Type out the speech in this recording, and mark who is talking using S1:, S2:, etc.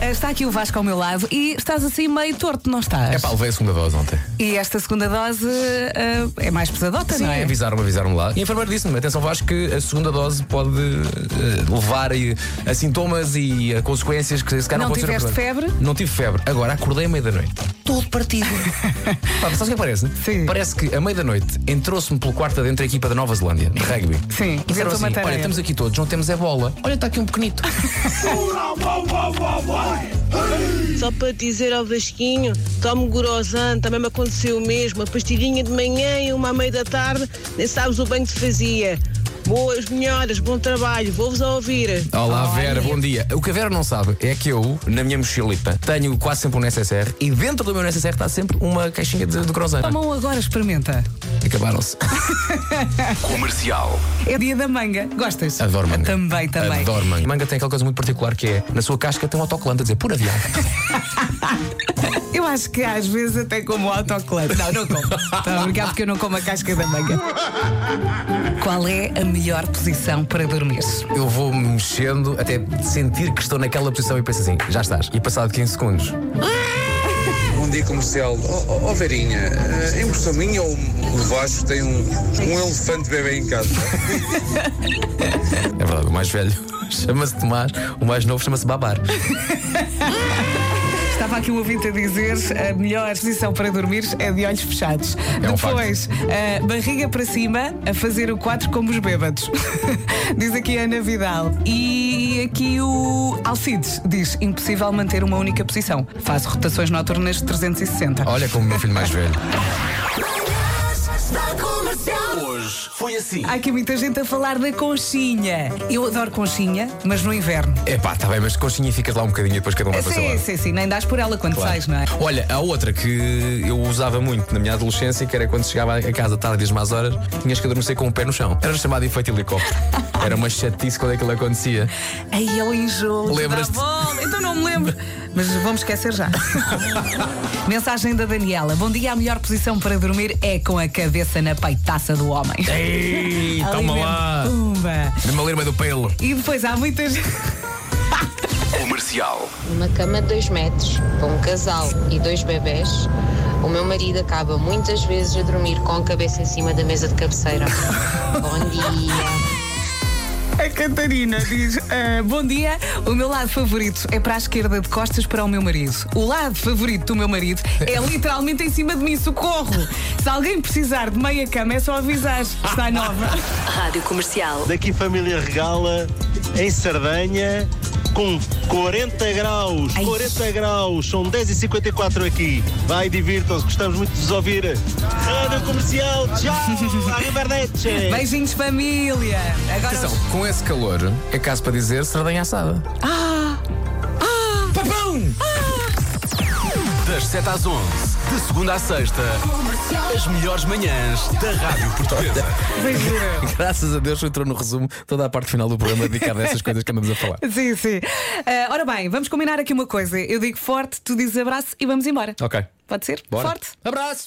S1: Eh, está aqui o Vasco ao meu lado e estás assim meio torto, não estás?
S2: É pá, levei a segunda dose ontem.
S1: E esta segunda dose ah, é mais pesadota,
S2: Sim,
S1: não é?
S2: avisaram-me, avisaram-me lá. E a enfermeira disse-me: atenção, Vasco, que a segunda dose pode eh, levar eh, a sintomas e a consequências que se calhar não vão
S1: Não
S2: ser
S1: tiveste
S2: acordadas.
S1: febre?
S2: Não tive febre. Agora acordei à meia-da-noite. Todo partido. Pá, sabes o que é que parece?
S1: Sim.
S2: Parece que à meia-da-noite entrou-me pelo quarto adentro a equipa da Nova Zelândia, de rugby. E
S1: Sim,
S2: disseram
S1: inventou uma
S2: assim:
S1: tarefa.
S2: olha, estamos aqui todos, não temos é bola. Olha, está aqui um pequenito.
S3: Só para dizer ao Vasquinho, tome Gorosan, também me aconteceu o mesmo. A pastilhinha de manhã e uma à meia da tarde, nem sabes o bem que te fazia. Boas melhoras, bom trabalho, vou-vos a ouvir.
S2: Olá Vera, bom dia. O que a Vera não sabe é que eu, na minha mochilita, tenho quase sempre um SSR e dentro do meu SSR está sempre uma caixinha de, de croissant.
S1: Tomam um agora, experimenta.
S2: Acabaram-se.
S4: Comercial.
S1: É dia da manga. Gostas?
S2: Adoro manga.
S1: Também, também.
S2: Adoro manga. Manga tem aquela coisa muito particular que é, na sua casca tem um autocolante a dizer por avião.
S1: Eu acho que às vezes até como autocolante. Não, não como. Estava a brincar porque eu não como a casca da manga. Qual é a melhor posição para dormir?
S2: Eu vou me mexendo até sentir que estou naquela posição e penso assim, já estás. E passado 15 segundos.
S5: Bom dia comercial. Ó oh, Verinha, eh, em impressão minha ou o Vasco tem um, um elefante bebê em casa?
S2: É verdade, o mais velho chama-se Tomás, o mais novo chama-se Babar.
S1: Estava aqui um ouvinte a dizer a melhor posição para dormir é de olhos fechados.
S2: É um
S1: Depois, eh, barriga para cima, a fazer o 4 como os bêbados. diz aqui a Ana Vidal. E aqui o Alcides diz: impossível manter uma única posição. Faz rotações noturnas de 360.
S2: Olha como o meu filho mais velho.
S4: Hoje foi assim.
S1: Há aqui muita gente a falar da conchinha. Eu adoro conchinha, mas no inverno.
S2: É pá, está bem, mas conchinha ficas lá um bocadinho e depois cada um vai para o seu
S1: Sim,
S2: lado.
S1: sim, sim. Nem dás por ela quando
S2: Claro.
S1: sais, não é?
S2: Olha, a outra que eu usava muito na minha adolescência, que era quando chegava a casa tarde e às más horas, tinhas que adormecer com o pé no chão. Era chamado efeito helicóptero. Era uma chatice quando aquilo acontecia.
S1: Aí eu enjoo.
S2: Lembras-te?
S1: é um dá bola. Então não me lembro. Mas vamos esquecer já. Mensagem da Daniela. Bom dia, a melhor posição para dormir é com a cabeça na peitaça do homem.
S2: Ei,
S1: Ali
S2: toma
S1: mesmo.
S2: lá!
S1: Pumba.
S2: Uma lirma do pelo.
S1: E depois há muitas.
S4: Comercial.
S6: Uma cama de 2 metros para um casal e dois bebés. O meu marido acaba muitas vezes a dormir com a cabeça em cima da mesa de cabeceira. Bom dia.
S1: A Catarina diz: "Ah, Bom dia, o meu lado favorito é para a esquerda de costas para o meu marido. O lado favorito do meu marido é literalmente em cima de mim, socorro! Se alguém precisar de meia cama, é só avisar. Está nova.
S7: Rádio Comercial.
S8: Daqui Família Regala, em Sardanha, com 40 graus. 40 graus, são 10h54 aqui. Vai, divirtam-se, gostamos muito de vos ouvir. Rádio Comercial, tchau! Arrivederci!
S1: Beijinhos, família! Agora.
S2: Atenção, com esse calor, é caso para dizer sardinha assada. Ah! Ah! Papão!
S4: Das 7 às 11, de segunda à sexta, as melhores manhãs da Rádio Portuguesa.
S2: Graças a Deus entrou no resumo toda a parte final do programa dedicada a essas coisas que andamos a falar.
S1: Sim, sim. Ah, ora bem, vamos combinar aqui uma coisa. Eu digo forte, tu dizes abraço e vamos embora.
S2: Ok.
S1: Pode ser?
S2: Bora.
S1: Forte.
S2: Abraço!